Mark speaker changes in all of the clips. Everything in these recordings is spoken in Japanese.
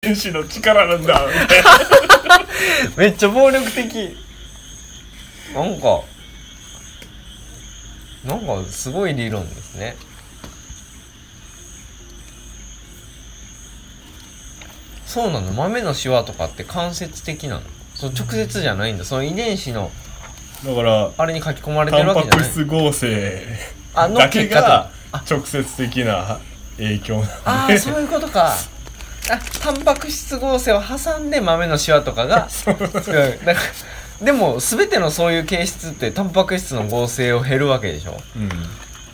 Speaker 1: 天使の力なんだ
Speaker 2: めっちゃ暴力的なんかなんかすごい理論ですねそうなの豆のシワとかって間接的なのその直接じゃないんだその遺伝子の
Speaker 1: だから
Speaker 2: あれに書き込まれて
Speaker 1: タ
Speaker 2: る
Speaker 1: ン
Speaker 2: わけ
Speaker 1: パ
Speaker 2: じゃな
Speaker 1: ク
Speaker 2: い
Speaker 1: 質合成
Speaker 2: あの
Speaker 1: だけ
Speaker 2: 結果
Speaker 1: が
Speaker 2: と
Speaker 1: 直接的な影響な
Speaker 2: あ
Speaker 1: ん
Speaker 2: あ
Speaker 1: で
Speaker 2: そういうことかあタンパク質合成を挟んで豆のシワとかがうんだからでも全てのそういう形質ってタンパク質の合成を減るわけでしょ
Speaker 1: うんい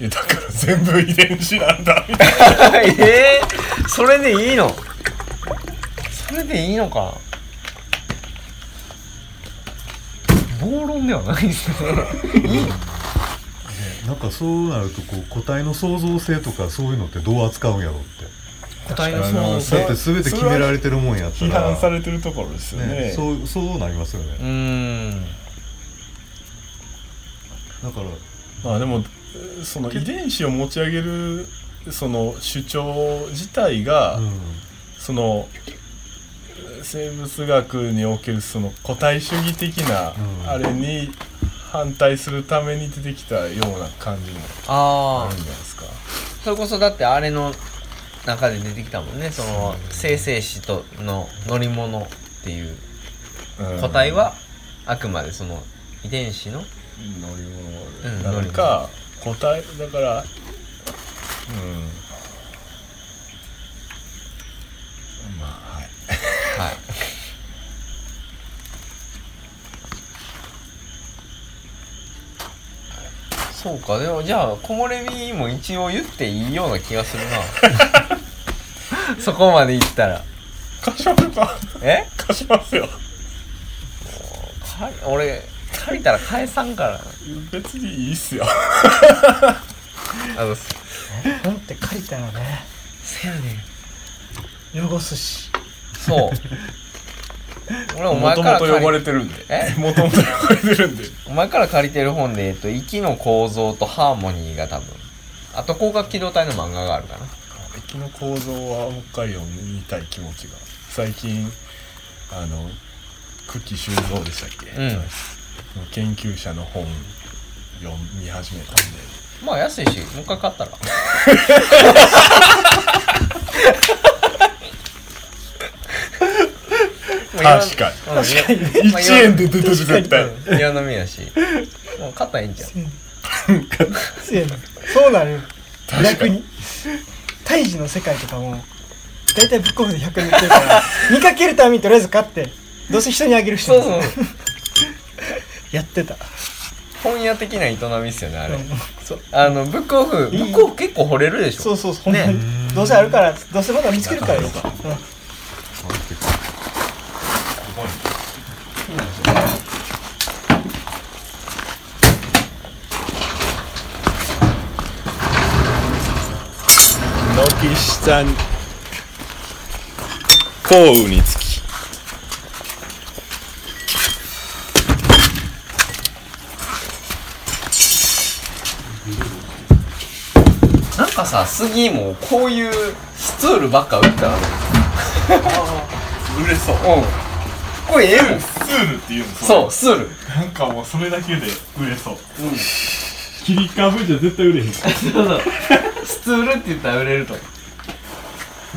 Speaker 1: やだから全部遺伝子なんだみたいな
Speaker 2: ええそれでいいのそれでいいのか暴論ではないですねいい
Speaker 3: なんかそうなるとこう個体の創造性とかそういうのってどう扱うんやろうって
Speaker 2: 答えの
Speaker 1: 確かになそ
Speaker 2: 想像
Speaker 1: う
Speaker 3: だって全て決められてるもんやった
Speaker 1: 批判
Speaker 3: ら
Speaker 1: されてるところですよね
Speaker 3: ねそうそうなりますよね
Speaker 2: うーん
Speaker 3: だから
Speaker 1: まあでもその遺伝子を持ち上げるその主張自体が、
Speaker 3: うん
Speaker 1: その生物学におけるその個体主義的な
Speaker 3: うん
Speaker 1: あれに反対するために出てきたような感じも
Speaker 2: あ
Speaker 1: あ
Speaker 2: あ
Speaker 1: るんじゃないですか。
Speaker 2: それこそだってあれの中で出てきたもんねその生成子との乗り物っていう
Speaker 1: うん
Speaker 2: 個体はあくまでその遺伝子の
Speaker 1: 乗り
Speaker 2: うん
Speaker 1: 物なのか個体だからうんまあはい
Speaker 2: はいそうかでもじゃあ木漏れ日も一応言っていいような気がするな そこまで言ったら
Speaker 1: 貸しますか
Speaker 2: え
Speaker 1: 貸しますよ
Speaker 2: か俺借りたら返さんからな
Speaker 1: 別にいいっすよ
Speaker 2: あのせ
Speaker 4: 本って書いたよね
Speaker 2: せやねん
Speaker 4: 汚すし
Speaker 2: そう俺お
Speaker 1: も
Speaker 2: 前
Speaker 1: と
Speaker 2: か
Speaker 1: もと
Speaker 2: ら借
Speaker 1: 汚れ
Speaker 2: り
Speaker 1: てるんで
Speaker 2: え
Speaker 1: もともと汚れてるんで
Speaker 2: お前から借りてる本で、えっと、息の構造とハーモニーが多分あと光学機動隊の漫画があるかな
Speaker 1: 駅の構造はもう一回読みたい気持ちが最近あの久喜修造でしたっけ、
Speaker 2: うん
Speaker 1: の研究者の本読み始めたんで
Speaker 2: まあ安いしもう一回買ったら
Speaker 1: 確か
Speaker 2: に確かに
Speaker 1: に1円で出てる絶対
Speaker 2: 岩波やしもう買ったらいいんじゃん
Speaker 4: せやねんせやねんそうなるよ
Speaker 1: 確か
Speaker 4: 逆
Speaker 1: に
Speaker 4: に胎児の世界とかも大体ブックオフで100円売ってるから 見かけるたびにとりあえず買ってどうせ人にあげる人
Speaker 2: そうそう
Speaker 4: やってた
Speaker 2: 本屋的な営みっすよねあれ
Speaker 4: うんそう
Speaker 2: あのブックオフブ
Speaker 4: いい
Speaker 2: ックオフ結構惚れるでしょ
Speaker 4: そうそうほんまに
Speaker 2: ね
Speaker 4: どうせあるからどうせまだ見つけるからよ、うん
Speaker 1: 軒下に降雨につき
Speaker 2: なんかさ、杉もこういうスツールばっか売ったら、
Speaker 1: 売れそう
Speaker 2: うん。これええもん。
Speaker 1: スールっていうの
Speaker 2: そう、スツール。
Speaker 1: なんかもうそれだけで売れそう、切り株じゃ絶対売れへん
Speaker 2: スツールって言ったら売れると思う。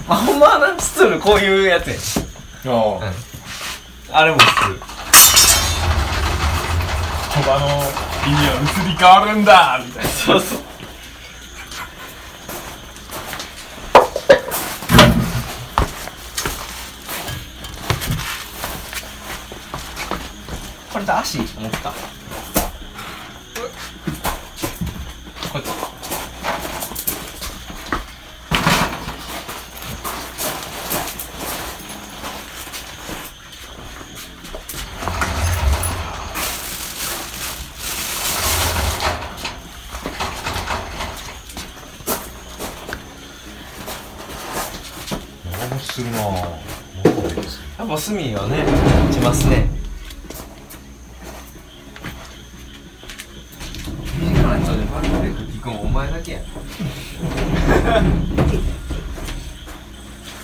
Speaker 2: まあ、ほんまはな、スツールこういうやつやし。
Speaker 1: ああ
Speaker 2: あれもスツール。
Speaker 1: 言葉の意味は移り変わるんだみたいな
Speaker 2: そうそう。これで足持った。こっち。
Speaker 3: 長持ちするなぁ長持ちですね
Speaker 2: やっぱ隅はね、打ちますね。短い人でパッて聞くのお前だけや。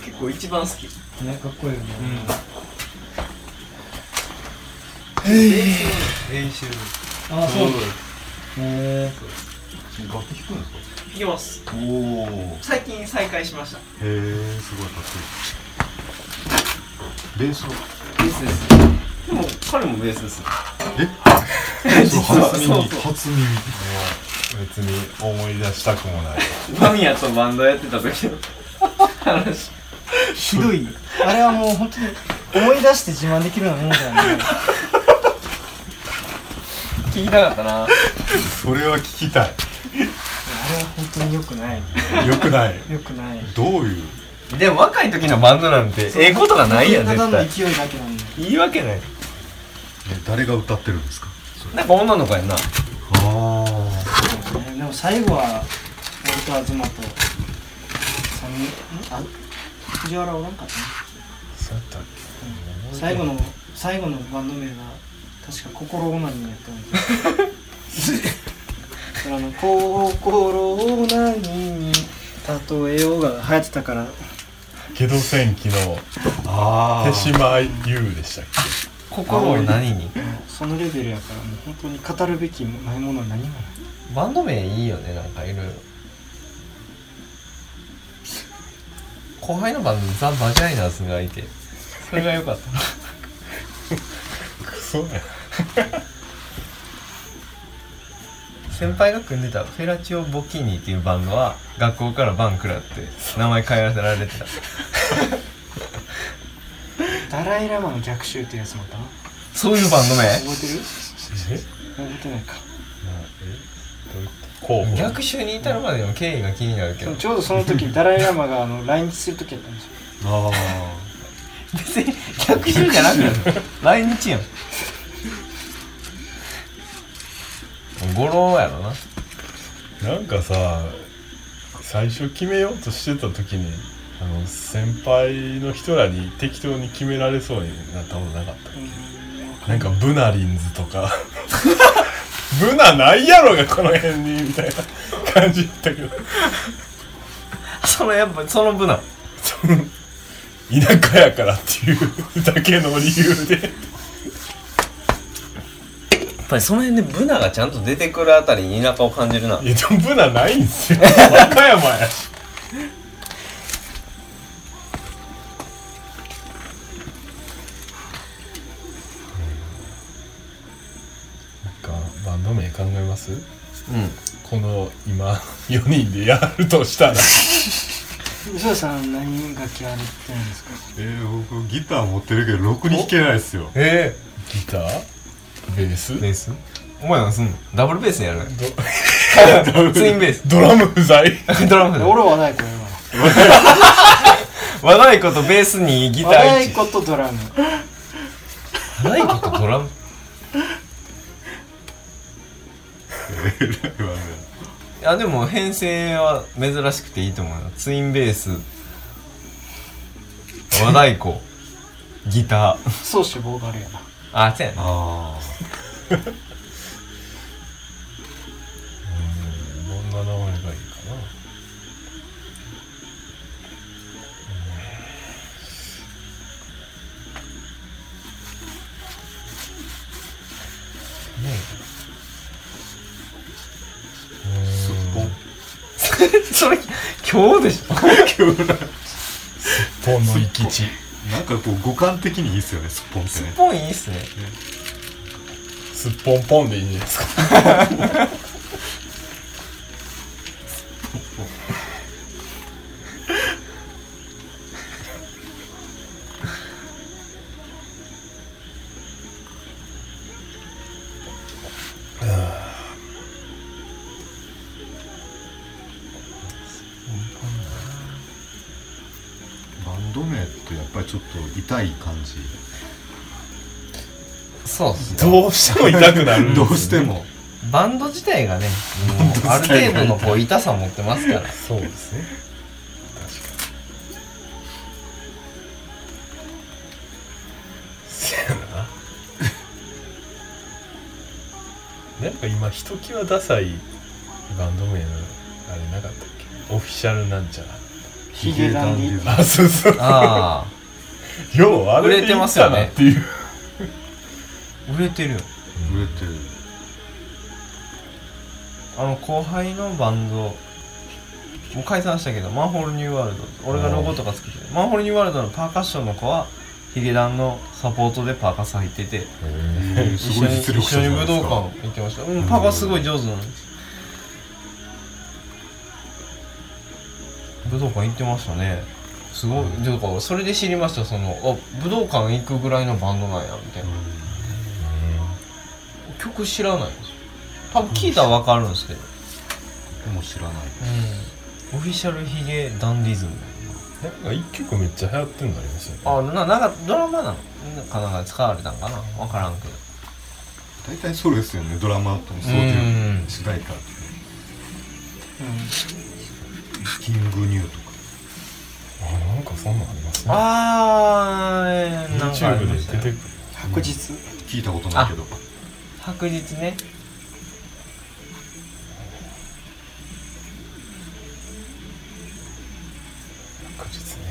Speaker 2: 結構一番好き。
Speaker 4: ねかっこいいよね、
Speaker 2: 練習で
Speaker 4: ああそうへえ
Speaker 3: 楽器弾くんですか
Speaker 5: いきます
Speaker 3: おお
Speaker 5: 最近再開しました
Speaker 3: へえすごいかっこいいベースの
Speaker 2: すですでも彼もベースです
Speaker 3: そう初
Speaker 2: そうそ
Speaker 3: 耳
Speaker 2: う
Speaker 3: 初耳
Speaker 1: 別に思い出したくもない
Speaker 2: 間宮とバンドやってた時の話
Speaker 4: ひどいあれはもう本当に思い出して自慢できるようなもんじゃない
Speaker 2: 聞きたかったな
Speaker 3: それは聞きたい
Speaker 4: あれは本当に良くない
Speaker 3: よくない
Speaker 4: 良くない
Speaker 3: どういう
Speaker 2: でも若い時のバンドなんてええことがないやん
Speaker 4: ただ
Speaker 2: 絶
Speaker 4: の
Speaker 2: 対
Speaker 4: 勢いだけなんだよ
Speaker 2: いいわけない
Speaker 3: え誰が歌ってるんですか
Speaker 2: なんか女の子やんな
Speaker 3: ああ
Speaker 4: ねでも最後は俺と東と三人んあ藤原おらんかったね
Speaker 1: そうやったっ
Speaker 4: 最後の最後のバンド名が確か「心オナニー」やったんだけどあの「心オナニー」に例えようが流行ってたから
Speaker 1: けゲド戦記の
Speaker 3: あ
Speaker 1: 手島優でしたっ
Speaker 2: 心を何に
Speaker 4: そのレベルやからもう本当に語るべきないものは何もない
Speaker 2: バンド名いいよねなんかいろいろ後輩のバンドザ・バジャイナーズがいてそれが良かったな
Speaker 1: けクソや
Speaker 2: 先輩が組んでたフェラチオ・ボキーニっていうバンドは学校からバンクラって名前変えられてた
Speaker 4: ダライ・ラマの逆襲ってやつもあったな
Speaker 2: そういうバンド
Speaker 4: 覚えてる
Speaker 1: え
Speaker 4: 覚えてないか
Speaker 1: 候補
Speaker 2: 名逆襲に至るまでの経緯が気になるけ
Speaker 4: で
Speaker 2: ど
Speaker 4: もちょうどその時ダライ・ラマがあの来日する時やったんですよ
Speaker 3: あ
Speaker 2: 別に逆襲じゃなくて来日やん語呂やろな
Speaker 1: なんかさ最初決めようとしてた時にあの先輩の人らに適当に決められそうになったことなかったなんかブナリンズとか ブナないやろがこの辺にみたいな感じだったけど
Speaker 2: そのやっぱその分な
Speaker 1: その田舎やからっていうだけの理由で
Speaker 2: やっぱりその辺でブナがちゃんと出てくるあたりに田舎を感じるない
Speaker 1: やでもブナないんすよ和歌山やしなんかバンド名考えます
Speaker 2: う
Speaker 1: この今4人でやるとしたら
Speaker 4: 磯田さん何楽器あれってないんですか
Speaker 3: えー、僕ギター持ってるけどろくに弾けないですよ
Speaker 2: んえ
Speaker 1: ギターベース
Speaker 2: えベースお前なんすんのダブルベースに やるねツインベース
Speaker 1: ドラム不在
Speaker 2: ドラムだ
Speaker 4: 俺はないこれは
Speaker 2: 和太鼓とベースにギター
Speaker 4: 笑い
Speaker 2: 1和
Speaker 4: ことドラム
Speaker 2: 太鼓とド ラムいやでも編成は珍しくていいと思うよツインベース和太 鼓ギター
Speaker 4: そうしボーカルやな
Speaker 2: あ そうやな
Speaker 3: あ
Speaker 1: どんな名前がいいかな
Speaker 3: あすっぽん
Speaker 2: それ今日でしょ
Speaker 1: ポンの行き地
Speaker 3: なんかこう五感的にいいっすよねすっぽんって
Speaker 2: すっ
Speaker 3: ね
Speaker 2: ぽんいいっすね
Speaker 1: すっぽんぽんでいいんじゃないですか
Speaker 3: バンド名ってやっぱりちょっと痛い感じ
Speaker 2: そうっすね
Speaker 1: どうしても痛くなるんです
Speaker 3: ど
Speaker 1: よ
Speaker 3: うしても
Speaker 2: バンド自体がねもうある程度のこう痛さ持ってますから
Speaker 1: そうですね確かにせや ななんか今ひときわダサいバンド名のあれなかったっけオフィシャルなんちゃら
Speaker 4: ヒゲダンディ
Speaker 3: ヒゲ
Speaker 1: あそうそう
Speaker 2: ああ
Speaker 1: ようあれでいいかなっていう、
Speaker 2: 売れてるよ
Speaker 3: 売れてる
Speaker 2: あの後輩のバンドもう解散したけどマンホールニューワールド俺がロゴとか作ってるマンホールニューワールドのパーカッションの子はヒゲダンのサポートでパーカス入ってて
Speaker 3: えーすごい実力者じ
Speaker 2: 一緒
Speaker 3: ゃ
Speaker 2: に武
Speaker 3: ないで
Speaker 2: 道
Speaker 3: す
Speaker 2: 館
Speaker 3: か
Speaker 2: 行きましたうんパパすごい上手なんです武道館行ってましたねすごい、だからそれで知りましたそのあ武道館行くぐらいのバンドなんやみたいな、曲知らないんですよ多分聞いたらわかるんですけど、
Speaker 3: でも知らない
Speaker 2: オフィシャルヒゲダンディズム
Speaker 1: なんか一曲めっちゃ流行ってんのありましたよね
Speaker 2: あななんかドラマなのなんかなんか使われたんかなわからんけど
Speaker 3: 大体そうですよねドラマともそう
Speaker 2: う
Speaker 3: で
Speaker 2: ん
Speaker 3: 主題歌キングニューとか
Speaker 1: あなんかそんなんありますね
Speaker 2: あーなんかあり
Speaker 1: YouTube
Speaker 2: ました
Speaker 1: で出て
Speaker 2: よ
Speaker 1: くる
Speaker 4: 白日
Speaker 3: 聞いたことないけど
Speaker 2: 白日ね
Speaker 1: 確実ね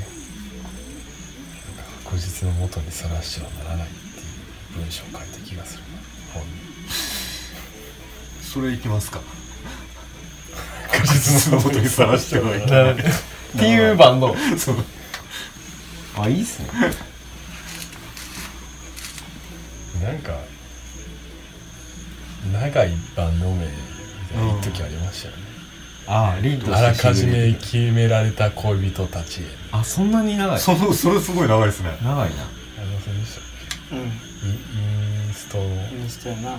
Speaker 1: なんか確実のもとにさらしてはならないっていう文章を書いた気がするな本に
Speaker 3: それいきますか
Speaker 1: 確
Speaker 3: 実のもとにさらしてはいけない
Speaker 2: っていうバンド
Speaker 3: そう
Speaker 2: あいいっすね
Speaker 1: なんか長い番の名みたいな一時ありましたよね、
Speaker 2: あリー
Speaker 3: ドうん
Speaker 1: あらかじめ決められた恋人たちへ
Speaker 2: あそんなに長い
Speaker 3: そのそれすごい長いですね
Speaker 2: 長いな
Speaker 1: ありませんでしたっ
Speaker 4: う
Speaker 1: けイインストの
Speaker 4: んにしてやな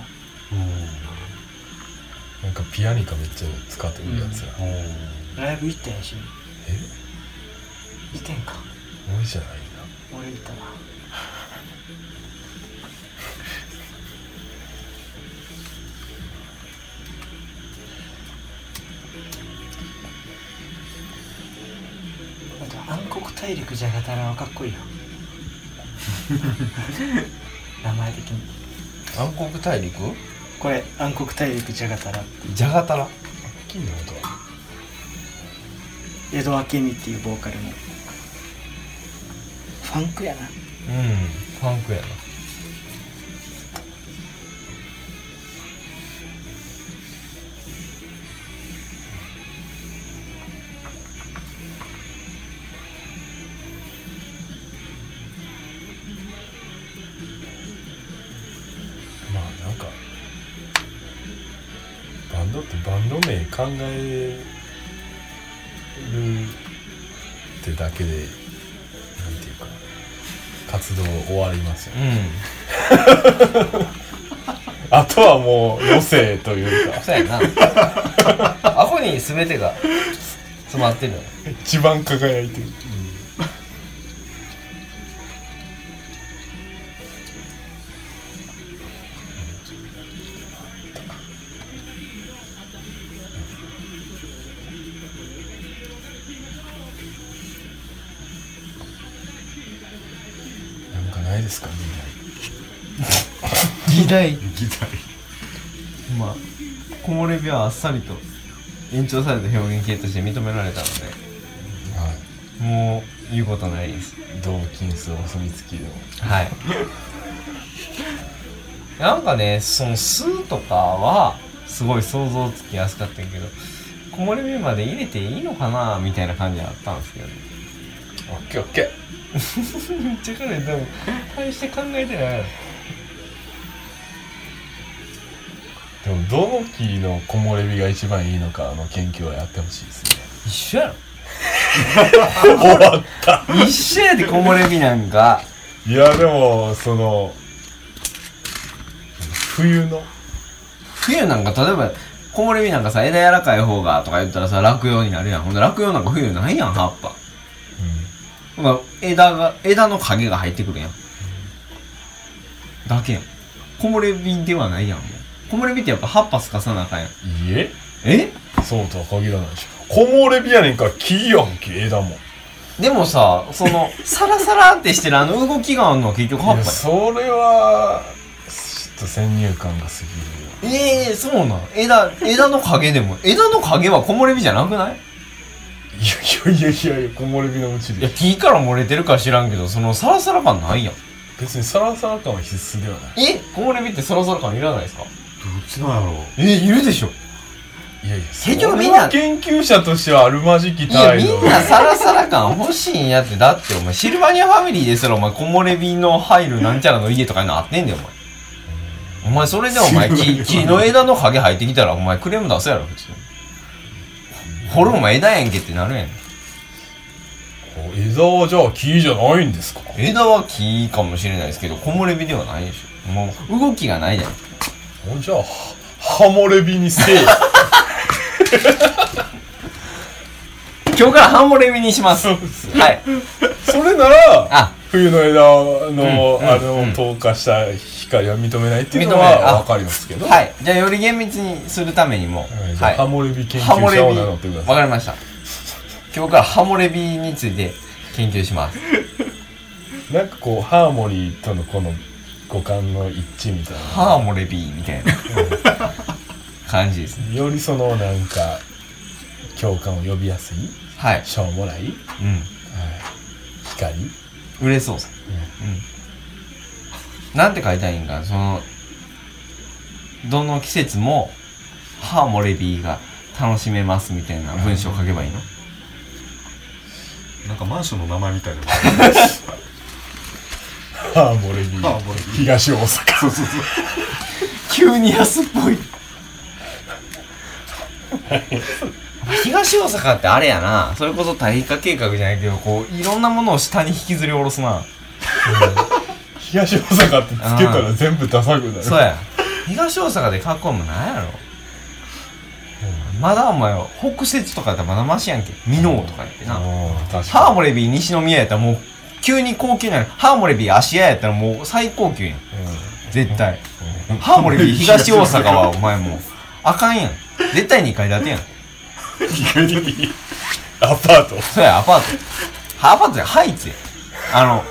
Speaker 1: なんかピアニカめっちゃ使ってるやつら、
Speaker 3: おー
Speaker 4: ライブ行ったやし
Speaker 1: え
Speaker 4: 行ってんか
Speaker 1: 俺じゃないな
Speaker 4: 俺行ったななんか暗黒大陸じゃがたらはかっこいいよ名前的に
Speaker 2: 暗黒大陸
Speaker 4: これ暗黒大陸じゃがたら
Speaker 2: じゃがたら
Speaker 1: 金の音は
Speaker 4: 江戸明美っていうボーカルのファンクやな
Speaker 2: うんファンクやな
Speaker 1: まあなんかバンドってバンド名考えるってだけでなんていうか活動終わりますよね
Speaker 2: う
Speaker 1: あとはもう余生というか
Speaker 2: んそうやな アホに全てが詰まってるよね
Speaker 1: 一番輝いてるなんかないですかみん
Speaker 2: 議題
Speaker 3: 議題
Speaker 2: まあ木漏れ日はあっさりと延長された表現形として認められたの
Speaker 1: なはい
Speaker 2: でもう言うことないです
Speaker 1: 同金数お墨付きの
Speaker 2: はい なんかねその「数」とかはすごい想像つきやすかったけど木漏れ日まで入れていいのかなみたいな感じだったんですけ ど
Speaker 1: オッケーオッケー
Speaker 2: めっちゃ彼でも大して考えてない
Speaker 1: でもどの木の木漏れ日が一番いいのかの研究はやってほしいですね
Speaker 2: 一緒や
Speaker 1: 終わった
Speaker 2: ろ一緒やで木漏れ日なんか
Speaker 1: いやでもその冬の
Speaker 2: 冬なんか例えば木漏れ日なんかさ枝柔らかい方がとか言ったらさ落葉になるやんほんで落葉なんか冬ないやん葉っぱほんなら枝が枝の影が入ってくるやんだけやん木漏れ日ではないやんもう木漏れ日ってやっぱ葉っぱすかさなあかんやん
Speaker 1: いいえ
Speaker 2: え
Speaker 1: そうとは限らないでしょ木漏れ日やねんから木やんけ枝も
Speaker 2: でもさそ のサラサラってしてるあの動きがあるのは結局
Speaker 1: い
Speaker 2: 葉っぱ
Speaker 1: やそれはちょっと先入観が過ぎるよ
Speaker 2: やんええそうなん枝枝の影でも枝の影は木漏れ日じゃなくない
Speaker 1: いやいやいやいや木漏れ日のうち
Speaker 2: いや
Speaker 1: で
Speaker 2: 木から漏れてるか知らんけどそのサラサラ感ないやん
Speaker 1: 別にサラサラ感は必須ではな
Speaker 2: え木漏れ日ってサラサラ感いらないですか
Speaker 3: っちなんやろ
Speaker 2: えいるでしょ
Speaker 1: いいやいや
Speaker 2: 結局みんな
Speaker 1: それは研究者としてはあるまじき
Speaker 2: いや
Speaker 1: 態
Speaker 2: み
Speaker 1: 度
Speaker 2: んなサラサラ感欲しいんやってだってお前シルバニアファミリーですらお前木漏れ日の入るなんちゃらの家とかになってんだよお前お前それでお前
Speaker 3: シルバ ニアファミリ
Speaker 2: 木
Speaker 3: ー
Speaker 2: 木の枝の影入ってきたらお前クレーム出せやろ普通ほらお前枝やんけってなるやん
Speaker 1: お枝はじゃあ木じゃないんですか
Speaker 2: 枝は木かもしれないですけど木漏れ日ではないでしょもう動きがないじゃん
Speaker 1: おじゃあはハモレビにせ え
Speaker 2: 今日から半漏れ日にします
Speaker 1: そう
Speaker 2: は
Speaker 1: です
Speaker 2: い
Speaker 1: それなら
Speaker 2: あ
Speaker 1: 冬の枝の、
Speaker 2: うん
Speaker 1: あ
Speaker 2: うん
Speaker 1: の透過した光は認めないっていうの
Speaker 2: 認めないあ
Speaker 1: は分かりますけど、
Speaker 2: はいじゃあより厳密にするためにも
Speaker 1: うんじゃあ
Speaker 2: はい
Speaker 1: ハモレビ研
Speaker 2: ハモ
Speaker 1: 究
Speaker 2: レビ
Speaker 1: 者を名乗ってくだ
Speaker 2: わ
Speaker 1: さい
Speaker 2: かりました今日からハモレビについて研究します
Speaker 1: なんかこうハーモニーとのこの五感の一致みたいな
Speaker 2: ハーモレビみたいな感じですね
Speaker 1: よりそのなんか共感を呼びやすい
Speaker 2: はい
Speaker 1: しょうもない、はい、
Speaker 2: う
Speaker 1: 光
Speaker 2: ん売れそうさうんなんて書いたらいいんかなそのどの季節もハーモレビが楽しめますみたいな文章を書けばいいの
Speaker 3: なんかマンションの名前みた いな
Speaker 1: ハーモレビ
Speaker 3: ハーモレビ
Speaker 1: 東大阪
Speaker 3: そうそうそう
Speaker 2: 急に安っぽい 東大阪ってあれやなそれこそ対比化計画じゃないけどこういろんなものを下に引きずり下ろすな
Speaker 1: 東大阪ってつけたら全部ダサくなる
Speaker 2: そうや東大阪で過去もないやろ、まだお前北摂とかやったらまだマシやんけ箕面とかやってな、
Speaker 1: うん確かに
Speaker 2: ハーモレビー西宮やったらもう急に高級になるハーモレビー芦屋やったらもう最高級やん絶対ハーモレビー東大阪はお前もうあかんやん絶対2階建てやん
Speaker 1: アパート
Speaker 2: それアパート。はアパートじゃんハイツや。あの、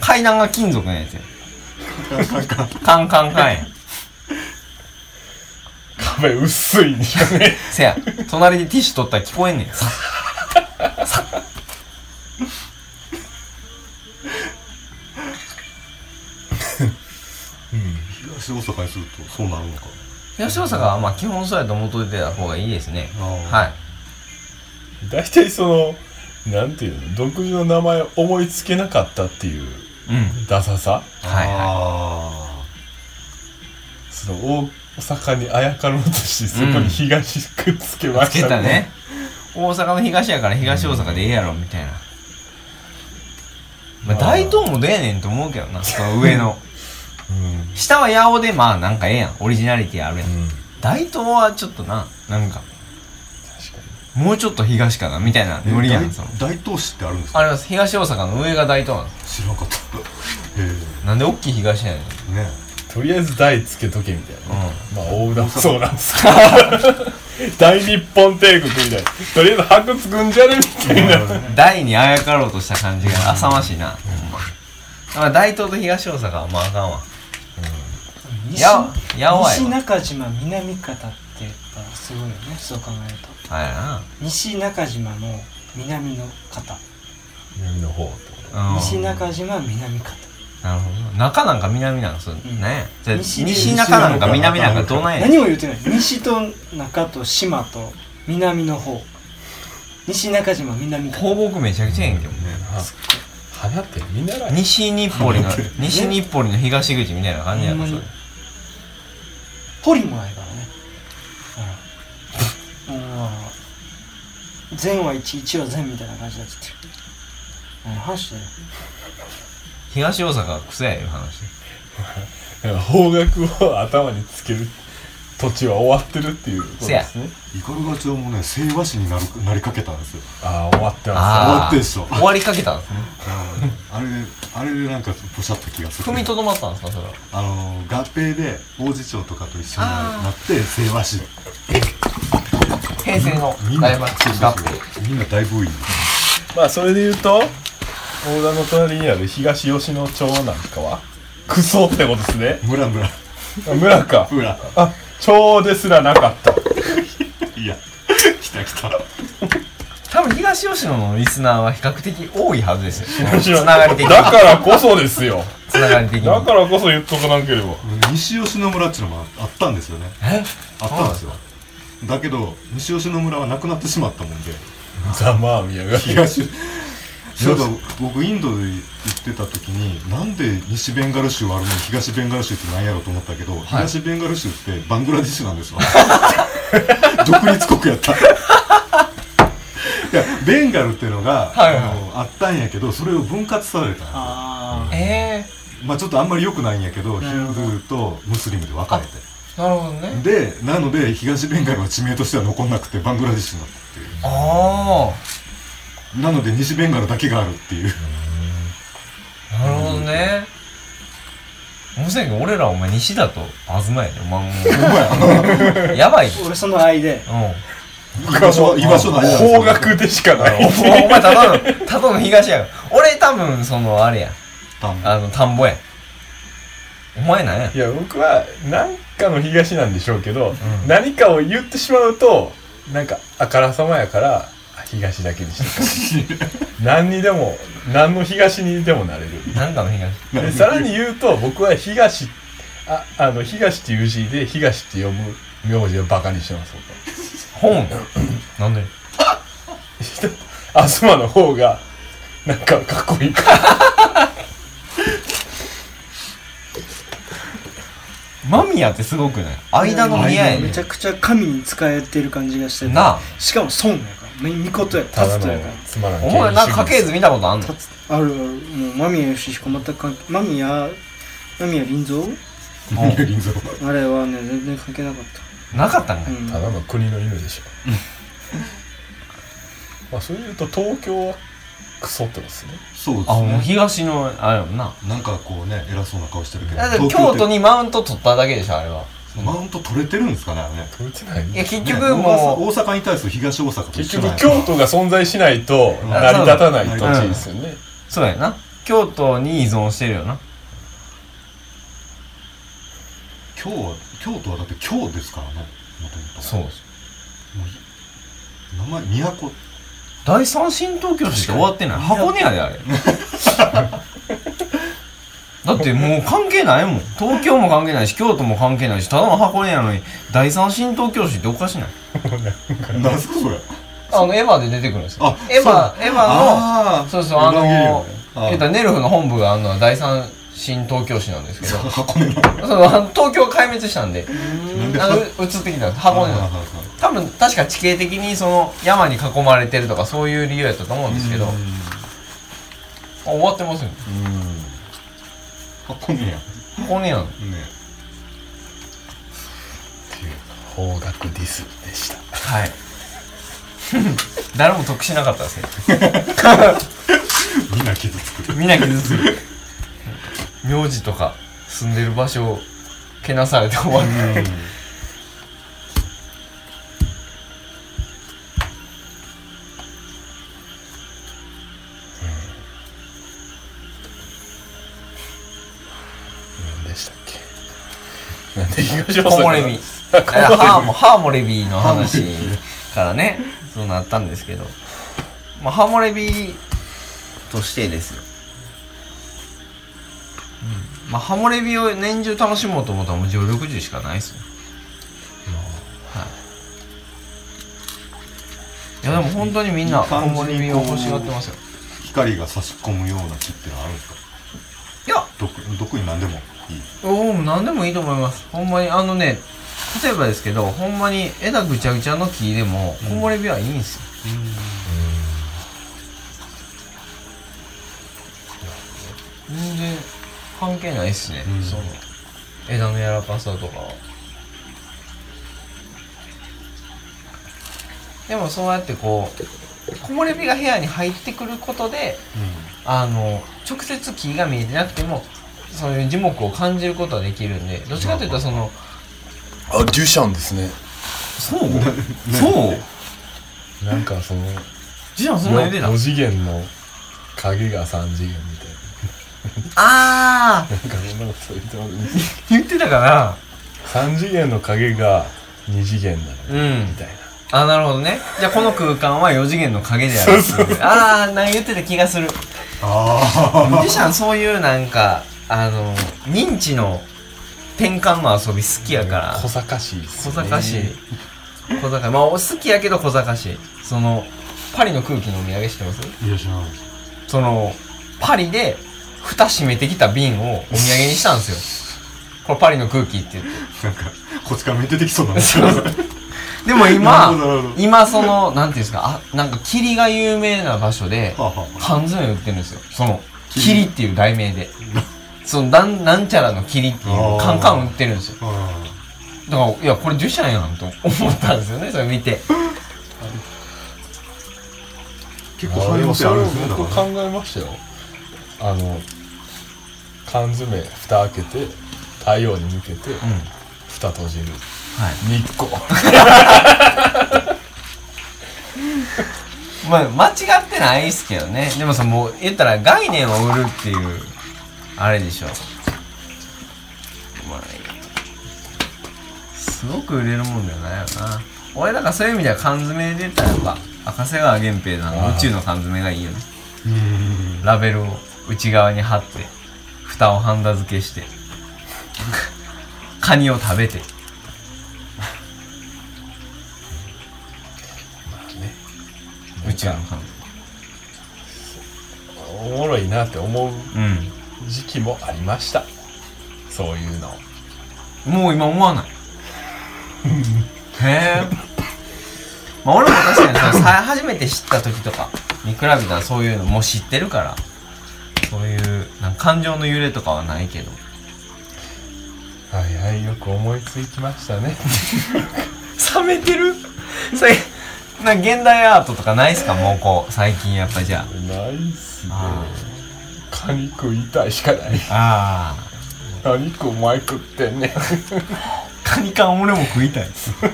Speaker 2: 階段が金属のやつや。カンカンカンや。
Speaker 1: 壁薄いんじゃね
Speaker 2: せや、隣でティッシュ取ったら聞こえんねん。ささ
Speaker 3: 東大阪にするとそうなるのか
Speaker 2: 吉大阪はまあ基本そうやと思っといてた方がいいですね。
Speaker 3: は
Speaker 2: はい。
Speaker 1: 大体そのなんていうの独自の名前を思いつけなかったっていう
Speaker 2: うん。
Speaker 1: ダサさ
Speaker 2: はいは
Speaker 3: あ
Speaker 1: その大阪にあやかろうとしてそこに東くっつけま
Speaker 2: い。つ
Speaker 1: し
Speaker 2: け
Speaker 1: た
Speaker 2: たね。大阪の東やから東大阪でええやろ、みたいな。まあ大東もでええねんと思うけどな、その上の。
Speaker 1: うん
Speaker 2: 下は八尾でまあなんかええやん。オリジナリティあるやん。
Speaker 1: うん
Speaker 2: 大東はちょっとな、なんか。
Speaker 1: 確か
Speaker 2: もうちょっと東かなみたいな
Speaker 3: ー
Speaker 2: ノリやん
Speaker 3: え
Speaker 2: その
Speaker 3: 大大東市ってあるんですか
Speaker 2: あれは東大阪の上が大東なんです
Speaker 3: 知らんかったえ
Speaker 2: なんで大きい東やねんうん
Speaker 3: えね
Speaker 1: にとりあえず台つけとけみたいなまあ大浦もそうなんです けど大日本帝国みたいなとりあえず白つくんじゃねみたいな
Speaker 2: 大にあやかろうとした感じが浅ましいなほんままあ大東と東大阪はまああかんわ
Speaker 4: 西
Speaker 2: ややわい
Speaker 4: 西
Speaker 2: わ
Speaker 4: 中島南方って言ったらすごいよねそう考えると
Speaker 2: あれや
Speaker 4: 西中島の南の方
Speaker 1: 南の方ってこ
Speaker 2: なうん
Speaker 4: 西中島南方
Speaker 2: なるほど中なんか南なんす
Speaker 4: ん
Speaker 2: ねじゃあ
Speaker 4: 西
Speaker 2: 西中なんか南なんかどないや
Speaker 4: 何も言ってない西と中と島と南の方西中島南方
Speaker 2: 放牧めちゃくちゃええんけどね
Speaker 1: とな花って見習い
Speaker 2: 西日暮里の西日暮里の東口みたいな感じやろそれ
Speaker 4: ほんまに堀もないからねうんもうあの善は一一は善みたいな感じになっちゃってる何話してんの
Speaker 2: 東大阪はクソやいう話
Speaker 1: 方角を頭につける土地は終わってるっていうことですね
Speaker 3: え斑鳩町もね清和市になるなりかけたんですよ
Speaker 1: ああ終わってます
Speaker 2: あー
Speaker 3: 終わってんすよ
Speaker 2: 終わりかけたんですね
Speaker 3: あれあれでなんかポシャった気がする
Speaker 2: 踏みとどまったんですかそれは
Speaker 3: あの合併で王子町とかと一緒になって清和市
Speaker 2: 平成の
Speaker 3: みんな
Speaker 2: 大爆合併
Speaker 3: みんな大ブーイン
Speaker 1: まあそれで言うと大田の隣にある東吉野町なんかはクソってことですね
Speaker 3: ムラムラ
Speaker 1: あ村か
Speaker 3: ムラ
Speaker 1: あ町ですらなかった
Speaker 3: いや来た来た
Speaker 2: 多分東吉野のリスナーは比較的多いはずですよ
Speaker 1: もちろ
Speaker 2: つ
Speaker 1: ん
Speaker 2: なが り的
Speaker 1: だ
Speaker 2: に
Speaker 1: からこそですよ
Speaker 2: つながり的に
Speaker 1: だからこそ言っとかなければ
Speaker 3: 西吉野村っていうのもあったんですよね
Speaker 2: え
Speaker 3: あったんですよだけど西吉野村はなくなってしまったもんで
Speaker 1: ざまあみやが
Speaker 3: 東そうだ僕インドで行ってた時になんで西ベンガル州はあるのに東ベンガル州ってなんやろうと思ったけど、東ベンガル州ってバングラディッシュなんですよ 独立国やったいやベンガルっていうのが、
Speaker 2: はいはい
Speaker 3: あのあったんやけどそれを分割されたの
Speaker 4: ああ
Speaker 2: え
Speaker 3: まあちょっとあんまり良くないんやけどヒ
Speaker 4: なる
Speaker 3: ン
Speaker 4: ほ
Speaker 3: ド
Speaker 4: ど
Speaker 3: ゥーとムスリムで分かれて
Speaker 2: ー、なるほどね
Speaker 3: でなので東ベンガルは地名としては残んなくてバングラディッシュになったっていう
Speaker 2: あ
Speaker 3: なので西ベンガルだけがあるっていう
Speaker 2: あなるほどね面白いけど俺らお前西だと東やでお前も
Speaker 3: ほんまや
Speaker 2: うやばい
Speaker 4: 俺その間
Speaker 2: う
Speaker 4: で
Speaker 3: 居場所居場所ない
Speaker 1: 方角でしかない
Speaker 2: ん、おお前ただのただの東や俺多分そのあれや
Speaker 3: 多分
Speaker 2: あの田んぼやお前なんや
Speaker 1: いや僕は何かの東なんでしょうけど、何かを言ってしまうとなんかあからさまやからあ東だけにして くれ何にでも何の東にでもなれる
Speaker 2: なんかの東
Speaker 1: でさらに言うと僕は東ああの東っていう字で東って読む名字をバカにしてます僕は
Speaker 2: 本なんで
Speaker 1: 東の方がなんかかっこいいから
Speaker 2: 間宮ってすごくない間の宮やね
Speaker 4: めちゃくちゃ神に使えてる感じがして
Speaker 2: なあ
Speaker 4: しかも孫やからみみことや立
Speaker 1: ただ
Speaker 4: つと
Speaker 1: の
Speaker 4: やから
Speaker 1: つまらん
Speaker 2: お前なんか家系
Speaker 1: ず
Speaker 2: 図見たことあんの
Speaker 4: 立つあるあるもう間宮義彦全く関係間宮間宮林蔵
Speaker 3: 銀座
Speaker 4: あれはね全然関係なかっ
Speaker 2: なかったんか
Speaker 4: た、
Speaker 2: い
Speaker 4: うん、
Speaker 1: ただの国の犬でしょまあそういうと東京はクソってことですね
Speaker 3: そう
Speaker 2: あもう
Speaker 3: ですね
Speaker 2: 東のあれやもんな
Speaker 3: なんかこうね偉そうな顔してるけど
Speaker 2: だって
Speaker 3: 東京っ
Speaker 2: 京
Speaker 3: て
Speaker 2: 都にマウント取っただけでしょあれは
Speaker 3: マウント取れてるんですかねあれね
Speaker 1: 取れてない
Speaker 2: いや結
Speaker 3: ね
Speaker 2: 局も
Speaker 3: 大阪大阪に対する東大阪と一
Speaker 1: 結
Speaker 3: 緒なん
Speaker 1: 局
Speaker 3: や
Speaker 1: 京都が存在しないと
Speaker 3: うん
Speaker 1: 成り立たない土地ですよね、
Speaker 2: うそうやな京都に依存してるよな
Speaker 3: 京は京都はだって京ですからねもともと
Speaker 2: そう
Speaker 3: 名前都
Speaker 2: 第三新東京市って終わってない箱根やであれだってもう関係ないもん東京も関係ないし京都も関係ないしただの箱根やのに第三新東京市っておかしない
Speaker 3: 何すかそれ
Speaker 2: あのエヴァで出てくるんですよ
Speaker 3: あ
Speaker 2: エヴァエヴァの
Speaker 3: あ
Speaker 2: そうそうあの
Speaker 3: エヴァンゲリオンねあ
Speaker 2: 言うたらネルフの本部があるのは第三新東京市なんですけど
Speaker 3: ー箱根の
Speaker 2: そのあの東京壊滅したんで
Speaker 3: なんで
Speaker 2: あのう移ってきたんです箱根なんです多分確か地形的にその山に囲まれてるとかそういう理由やったと思うんですけどあ
Speaker 3: うん
Speaker 2: 終わってますよ
Speaker 3: 箱根やね
Speaker 2: 箱根やん
Speaker 1: 方角ディスでした
Speaker 2: はい 誰も得しなかったですね
Speaker 3: みんな傷つく
Speaker 2: みんな傷つく 名字とか住んでる場所をけなされて終わる
Speaker 1: 何でしたっけなんで東大
Speaker 2: ホモレビ
Speaker 1: 阪
Speaker 2: ハーモハーモレビの話からねそうなったんですけど、まあ、ハーモレビとしてですよ、うんまあ、ハーモレビを年中楽しもうと思ったらもう常緑樹しかないですよ、はい、いやでも本当にみんなハーモレビを欲しがってますよ
Speaker 3: 光が差し込むような木ってのはあるんですか
Speaker 2: いや
Speaker 3: 毒毒に何でもいい
Speaker 2: おお何でもいいと思いますほんまにあのね例えばですけどほんまに枝ぐちゃぐちゃの木でも木漏れ日はいいんですよ、全然関係ないっすね、
Speaker 3: うん
Speaker 2: その枝の柔らかさとかはでもそうやってこう木漏れ日が部屋に入ってくることであの直接木が見えてなくてもそういう樹木を感じることはできるんでどっちかというとその
Speaker 1: あデュシャンですね
Speaker 2: そう そう
Speaker 1: なんかその
Speaker 2: じゃあその出た
Speaker 1: 4次元の影が3次元みたい
Speaker 2: あー
Speaker 1: ななんかそんなこと言ってます
Speaker 2: 言ってたか
Speaker 1: 3次元の影が2次元なの
Speaker 2: なうん
Speaker 1: みたいな
Speaker 2: あなるほどねじゃあこの空間は4次元の影である
Speaker 1: そう
Speaker 2: ああなんか言ってた気がする
Speaker 3: あ
Speaker 2: ミュージシャンそういうなんかあの認知の転換の遊び好きやから
Speaker 1: 小賢しいっす
Speaker 2: 小
Speaker 1: よね
Speaker 2: 賢しい小賢いまあ好きやけど小賢しいそのパリの空気のお土産知ってます
Speaker 3: あいや知らない
Speaker 2: そのパリで蓋閉めてきた瓶をお土産にしたんですよこれパリの空気って言って
Speaker 3: なんかこっちからめ出てきそうなの
Speaker 2: そう そうでも
Speaker 3: な
Speaker 2: 今
Speaker 3: るほどなるほど
Speaker 2: 今そのなんていうんですかあなんか霧が有名な場所で
Speaker 3: はあは
Speaker 2: 缶詰売ってるんですよその
Speaker 3: 霧
Speaker 2: 霧っていう題名でそのなんなんちゃらの霧っていうカンカン売ってるんですよ
Speaker 3: あああ
Speaker 2: だからいやこれデュシャンやんと思ったんですよねそれ見て
Speaker 3: 結構
Speaker 1: あ
Speaker 3: 汎
Speaker 1: で
Speaker 3: 用
Speaker 1: も
Speaker 3: 性
Speaker 1: そ
Speaker 3: あ
Speaker 1: れ
Speaker 3: る
Speaker 1: を
Speaker 3: んですねだ
Speaker 1: 僕
Speaker 3: か
Speaker 1: 考えましたよあの缶詰蓋開けて太陽に向けて、
Speaker 2: うん
Speaker 1: 蓋閉じる
Speaker 2: はい
Speaker 1: 日光
Speaker 2: まあ、間違ってないっすけどねでもさもう言ったら概念を売るっていうあれでしょまあすごく売れるもんじゃないよな俺だからそういう意味では缶詰で言ったらやっぱ赤瀬川源平
Speaker 1: あ
Speaker 2: の
Speaker 1: ー
Speaker 2: 宇宙の缶詰がいいよね
Speaker 3: ら
Speaker 2: ラ
Speaker 3: うん
Speaker 2: ベルを内側に貼って蓋をハンダ付けして カニを食べて宇宙の缶詰
Speaker 1: おもろいなって思う
Speaker 2: うん
Speaker 1: 時期もありましたそういうの
Speaker 2: もう今思わない。へえ。まあ俺も確か にそのさ初めて知った時とかに比べたらそういうのもう知ってるから、そういうなんか感情の揺れとかはないけど。
Speaker 1: はいはいよく思いつきましたね
Speaker 2: 冷めてる それ、なんか現代アートとかないっすかもうこう、最近やっぱじゃ
Speaker 1: ナイスね
Speaker 2: あ
Speaker 1: カニ食いたいしかない
Speaker 2: あ。ああ。
Speaker 1: 何食う前食ってんねん
Speaker 2: カニ缶俺も食いた いっす。これ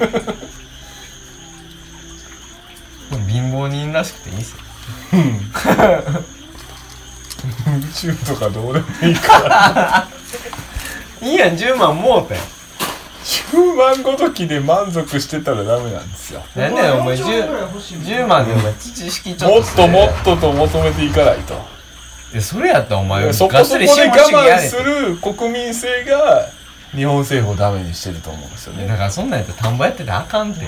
Speaker 2: 貧乏人らしくていいっすよ。
Speaker 1: 宇宙とかどうでもいいから
Speaker 2: いいやん、10万もうて。
Speaker 1: 10万ごときで満足してたらダメなんですよ
Speaker 2: なんだよ、お前
Speaker 4: 10
Speaker 2: 10。10万でお前知識ちょ
Speaker 1: も
Speaker 2: っ
Speaker 1: っ
Speaker 2: と
Speaker 1: ともっとと求めていかないと
Speaker 2: いやそれやったらお前
Speaker 1: そこ
Speaker 2: ガ
Speaker 1: そ
Speaker 2: ス
Speaker 1: こ
Speaker 2: リ
Speaker 1: で
Speaker 2: 資本主
Speaker 1: 我
Speaker 2: 義や
Speaker 1: 慢
Speaker 2: れ
Speaker 1: する国民性が日本政府をダメにしてると思うんですよ
Speaker 2: だ
Speaker 1: ね
Speaker 2: からそんなんやったら田んぼやってたらあかんって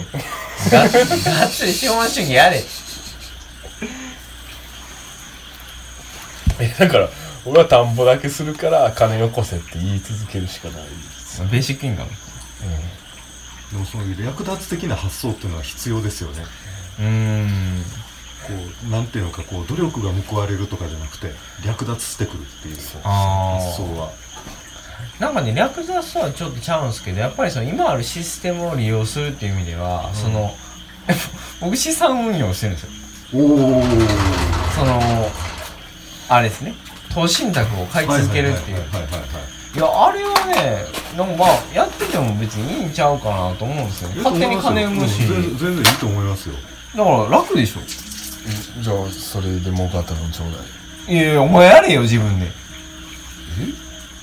Speaker 2: ガスガスリ資本主義やれ
Speaker 1: えだから俺は田んぼだけするから金よこせって言い続けるしかないです
Speaker 2: ベーシックインカム
Speaker 3: でもそういう略奪的な発想っていうのは必要ですよね
Speaker 2: うーん
Speaker 3: こうなんていうのかこう努力が報われるとかじゃなくて略奪してくるっていう発
Speaker 2: あ
Speaker 3: 想
Speaker 2: あ
Speaker 3: は
Speaker 2: なんかね略奪とはちょっとちゃうんすけどやっぱりその今あるシステムを利用するっていう意味では、その 僕資産運用してるんですよ
Speaker 3: おお
Speaker 2: そのあれですね投資信託を買い続けるっていう
Speaker 3: はいはいはいはいはい
Speaker 2: いやあれはねなんかまあやってても別にいいんちゃうかなと思うんですよね勝手に金生むし、
Speaker 3: うん全全然いいと思いますよ
Speaker 2: だから楽でしょ
Speaker 1: じゃあそれで儲かったのちょうだい
Speaker 2: いやいやお前やれよ自分で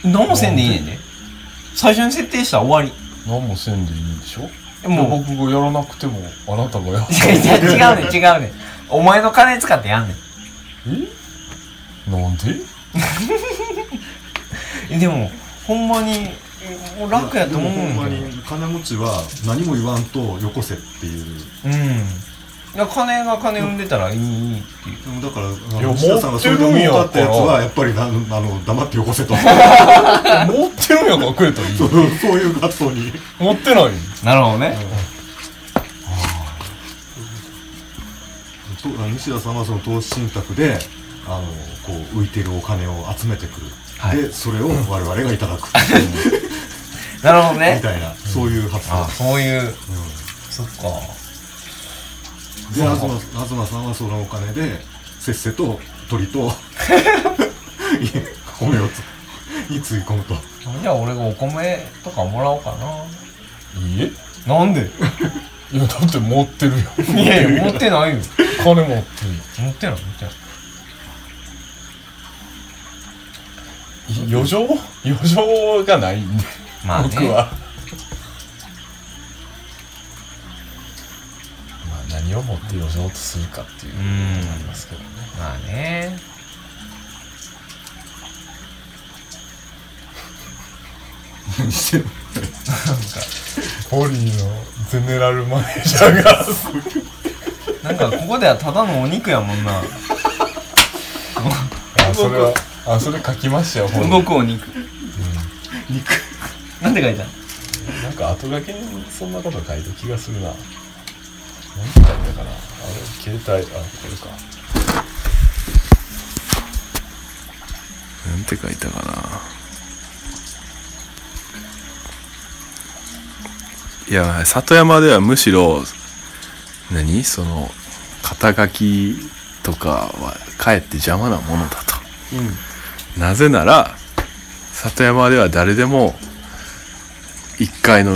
Speaker 2: 何もせんでいいねんで最初に設定したら終わり
Speaker 1: 何もせんでいいんでしょ
Speaker 2: もう
Speaker 1: 僕がやらなくてもあなたがやっ
Speaker 2: いやいや違うねん違うねんお前の金使ってやんねん
Speaker 1: えなんで
Speaker 2: えでもほんまにもう楽やと思う
Speaker 3: でもほんま
Speaker 2: んだけど
Speaker 3: に金持ちは何も言わんとよこせっていう
Speaker 2: うんいや金が金生んでたらいいっていう
Speaker 3: でもだから
Speaker 1: いや
Speaker 3: あの下さんがそれで儲かったやつはやっぱりなあの黙ってよこせ とそ
Speaker 1: 持ってるんやから食えといいう
Speaker 3: そういう発想に
Speaker 1: 持ってない
Speaker 2: なるほどね
Speaker 3: と西田さんはその投資信託であのこう浮いてるお金を集めてくる、
Speaker 2: はい
Speaker 3: でそれを我々がいただくって いう
Speaker 2: なるほど
Speaker 3: み
Speaker 2: ね
Speaker 3: たいなそういう発想
Speaker 2: あそういう
Speaker 3: う
Speaker 2: そっか
Speaker 3: ん、で東東さんはそのお金でせっせと鳥と いえ米をつにつぎ込むと
Speaker 2: じゃあ俺がお米とかもらおうかない
Speaker 1: いえ
Speaker 2: なんで
Speaker 1: いやだって持ってるよ
Speaker 2: いやいや持ってないよ
Speaker 1: 金持ってるよ
Speaker 2: 持ってない持ってない
Speaker 1: い余剰余剰がないんで
Speaker 2: まあね
Speaker 1: 僕はって余剰とするかっていうこともありますけどね
Speaker 2: まあね
Speaker 3: 何してる
Speaker 1: ポリーのゼネラルマネージャー が
Speaker 2: なんかここではただのお肉やもんな
Speaker 1: あそれはあそれ書きましたよ本
Speaker 2: 動くお肉
Speaker 3: 肉
Speaker 2: なんて書いたの
Speaker 1: なんか後書きにそんなこと書いた気がするな何て書いたかなあれ携帯あこれかなんて書いたかないや里山ではむしろ何その肩書きとかはかえって邪魔なものだとなぜなら里山では誰でも一階の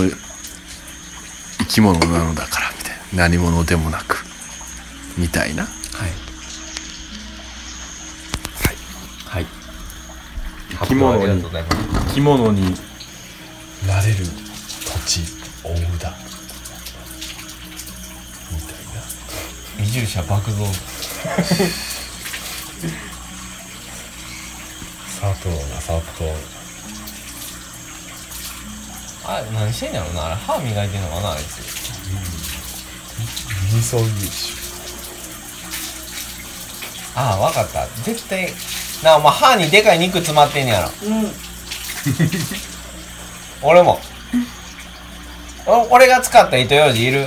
Speaker 1: 生き物なのだからみたいな何者でもなくみたいな
Speaker 2: はいはい
Speaker 1: 生き物
Speaker 2: ありがとう
Speaker 1: に
Speaker 2: ございます
Speaker 1: 生き物になれる土地大浦みたいな
Speaker 2: 移住者爆増
Speaker 1: 佐藤が佐藤
Speaker 2: あ何してんやろなあれ歯磨いてんのかなあいつ
Speaker 1: みそ牛
Speaker 2: ああわかった絶対なあお前歯にでかい肉詰まってんねやろ
Speaker 4: うん
Speaker 2: 俺もお俺が使った糸ようじいる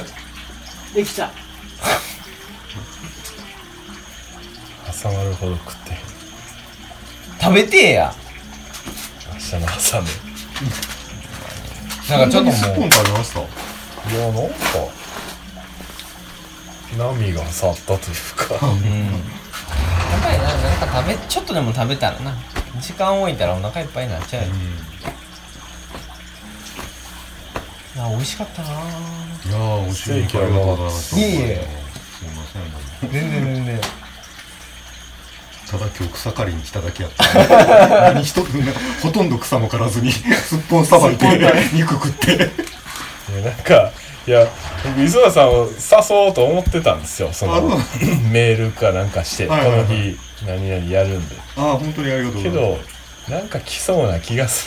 Speaker 4: できた
Speaker 1: 挟まるほど食ってへん
Speaker 2: 食べてえや
Speaker 1: 明日の朝ね
Speaker 2: なんかちょっと
Speaker 3: スプー
Speaker 2: も
Speaker 3: ン
Speaker 2: う
Speaker 3: 食べました
Speaker 1: いやなんか波が去ったというか
Speaker 2: うんやっぱりななんか食べちょっとでも食べたらな時間置いたらお腹いっぱいになっちゃうよ、あ美味しかったなぁ
Speaker 3: いやー、お
Speaker 1: ステー
Speaker 3: 祝い
Speaker 1: キ
Speaker 3: あ
Speaker 1: は
Speaker 3: りがとうございました。
Speaker 2: いえいえ
Speaker 3: すいません、どうも
Speaker 2: 全然全然
Speaker 3: ただ今日草刈りに来ただけや った。何一つ、なんかほとんど草も刈らずに、すっぽんさばいて、肉食って。
Speaker 1: いやなんかいや僕磯田さんを誘おうと思ってたんですよそ
Speaker 3: あ
Speaker 1: の
Speaker 3: そうな
Speaker 1: メールかなんかして、
Speaker 3: はいはいはい
Speaker 1: この日何々やるんで
Speaker 3: ああ、本当にありがとうご
Speaker 1: け
Speaker 3: ざいま
Speaker 1: どなんか来そうな気がす